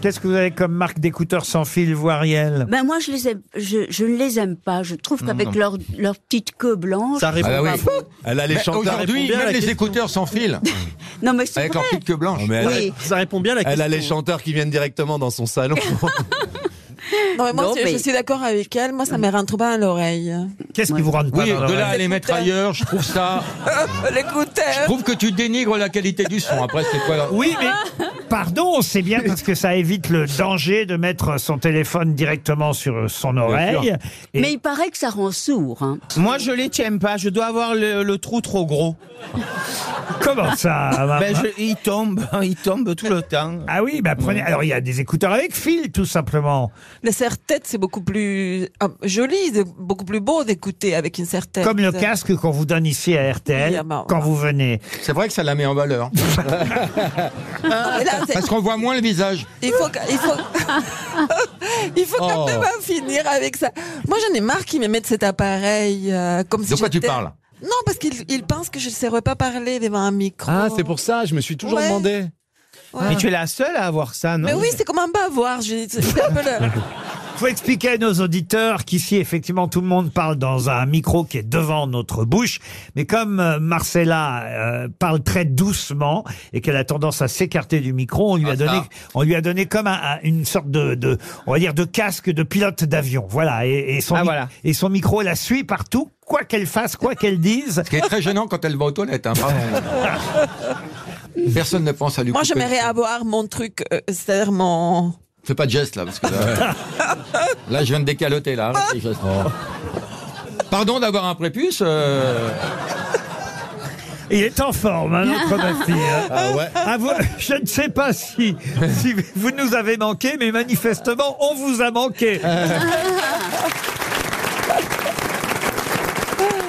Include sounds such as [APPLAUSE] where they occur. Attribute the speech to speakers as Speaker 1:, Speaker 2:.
Speaker 1: Qu'est-ce que vous avez comme marque d'écouteurs sans fil voiriel
Speaker 2: Ben moi, je les aime, je, je ne les aime pas. Je trouve
Speaker 1: non.
Speaker 2: qu'avec leur, leur petite queue blanche.
Speaker 3: Ça répond
Speaker 2: c'est
Speaker 3: Ah bah
Speaker 2: pas
Speaker 3: oui.
Speaker 2: bon.
Speaker 3: Elle a les
Speaker 4: Mais
Speaker 3: chanteurs
Speaker 4: Aujourd'hui,
Speaker 3: répondent bien à
Speaker 4: même
Speaker 3: la
Speaker 4: les
Speaker 3: question.
Speaker 4: écouteurs sans fil.
Speaker 2: Non, mais c'est
Speaker 4: Avec
Speaker 2: vrai.
Speaker 4: leur petite queue blanche.
Speaker 3: Non, mais elle,
Speaker 2: Oui.
Speaker 5: Ça répond bien à la
Speaker 3: elle a les
Speaker 5: question.
Speaker 3: chanteurs qui viennent directement dans son salon.
Speaker 6: Non, mais moi,
Speaker 2: Non,
Speaker 6: c'est-
Speaker 2: mais-
Speaker 6: je suis d'accord avec elle. Moi, ça me rentre pas
Speaker 4: [LAUGHS]
Speaker 6: à l'oreille.
Speaker 1: Qu'est-ce qui vous rend pas
Speaker 4: Oui,
Speaker 1: dans
Speaker 4: de là à
Speaker 1: l'oreille
Speaker 4: les mettre ailleurs, je trouve ça. Je
Speaker 6: L'écouteur.
Speaker 4: trouve que tu dénigres la qualité du son. Après, c'est quoi là
Speaker 1: Oui, mais pardon, c'est bien parce que ça évite le danger de mettre son téléphone directement sur son oreille. Et
Speaker 2: Mais il paraît que ça rend sourd. hein.
Speaker 7: Moi, je les tiens pas. Je dois avoir le, le trou trop gros.
Speaker 1: comment ça maman
Speaker 7: Ben, je- il [LAUGHS] tombe, il tombe tout le temps.
Speaker 1: Ah oui, bah prenez. Alors il y a des écouteurs avec fil, tout simplement.
Speaker 6: Le serre-tête, c'est beaucoup plus ah, joli, c'est beaucoup plus beau d'écouter avec une Ah, serre-tête.
Speaker 1: Comme le casque qu'on vous donne ici à RTL
Speaker 6: Oui, ah bah,
Speaker 1: quand
Speaker 6: voilà.
Speaker 1: vous venez.
Speaker 4: C'est vrai que ça la met en valeur.
Speaker 6: Non, mais là,
Speaker 4: [LAUGHS]
Speaker 6: c'est-
Speaker 4: Parce qu'on voit moins le visage.
Speaker 6: il faut, que- il faut, [LAUGHS] il faut quand
Speaker 4: Oh.
Speaker 6: même en finir avec ça. Moi, j'en ai marre qu'ils me mettent cet appareil euh, comme si
Speaker 4: De quoi tu
Speaker 6: j'étais-
Speaker 4: parles
Speaker 6: Non, parce qu'ils ils pensent que je ne saurais pas parler devant un micro.
Speaker 3: Ah, c'est pour ça, je me suis toujours
Speaker 6: Ouais.
Speaker 3: demandé.
Speaker 6: Ouais.
Speaker 7: Mais tu es la seule à avoir ça, non
Speaker 6: Mais oui, c'est comme un bavoir. je- C'est un peu le...
Speaker 4: [LAUGHS]
Speaker 1: faut expliquer à nos auditeurs qu'ici, effectivement, tout le monde parle dans un micro qui est devant notre bouche. Mais comme euh, Marcella euh, parle très doucement et qu'elle a tendance à s'écarter du micro, on lui,
Speaker 4: Ah,
Speaker 1: a donné,
Speaker 4: ça.
Speaker 1: on lui a donné comme un- un- une sorte de, de- on va dire, de casque de pilote d'avion. Voilà. Et, et son,
Speaker 7: Ah,
Speaker 1: mi-
Speaker 7: voilà.
Speaker 1: et son micro la suit partout, quoi qu'elle fasse, quoi qu'elle dise.
Speaker 4: Ce qui est très gênant quand elle va aux toilettes. hein,
Speaker 6: [LAUGHS]
Speaker 4: pardon. Personne ne pense à lui.
Speaker 6: Moi,
Speaker 4: couper.
Speaker 6: j'aimerais avoir mon truc, euh, c'est-à-dire mon...
Speaker 4: Fais pas de gestes là, parce que
Speaker 6: [LAUGHS]
Speaker 4: là, là, je viens de décaloter là. Arrête les gestes.
Speaker 6: Oh.
Speaker 4: Pardon d'avoir un prépuce. euh,
Speaker 1: Il est en forme, hein, notre Bastille, hein.
Speaker 3: Ah
Speaker 6: Oh.
Speaker 3: ouais.
Speaker 1: Ah, vous- je ne sais pas si, si vous nous avez manqué, mais manifestement, on vous a manqué.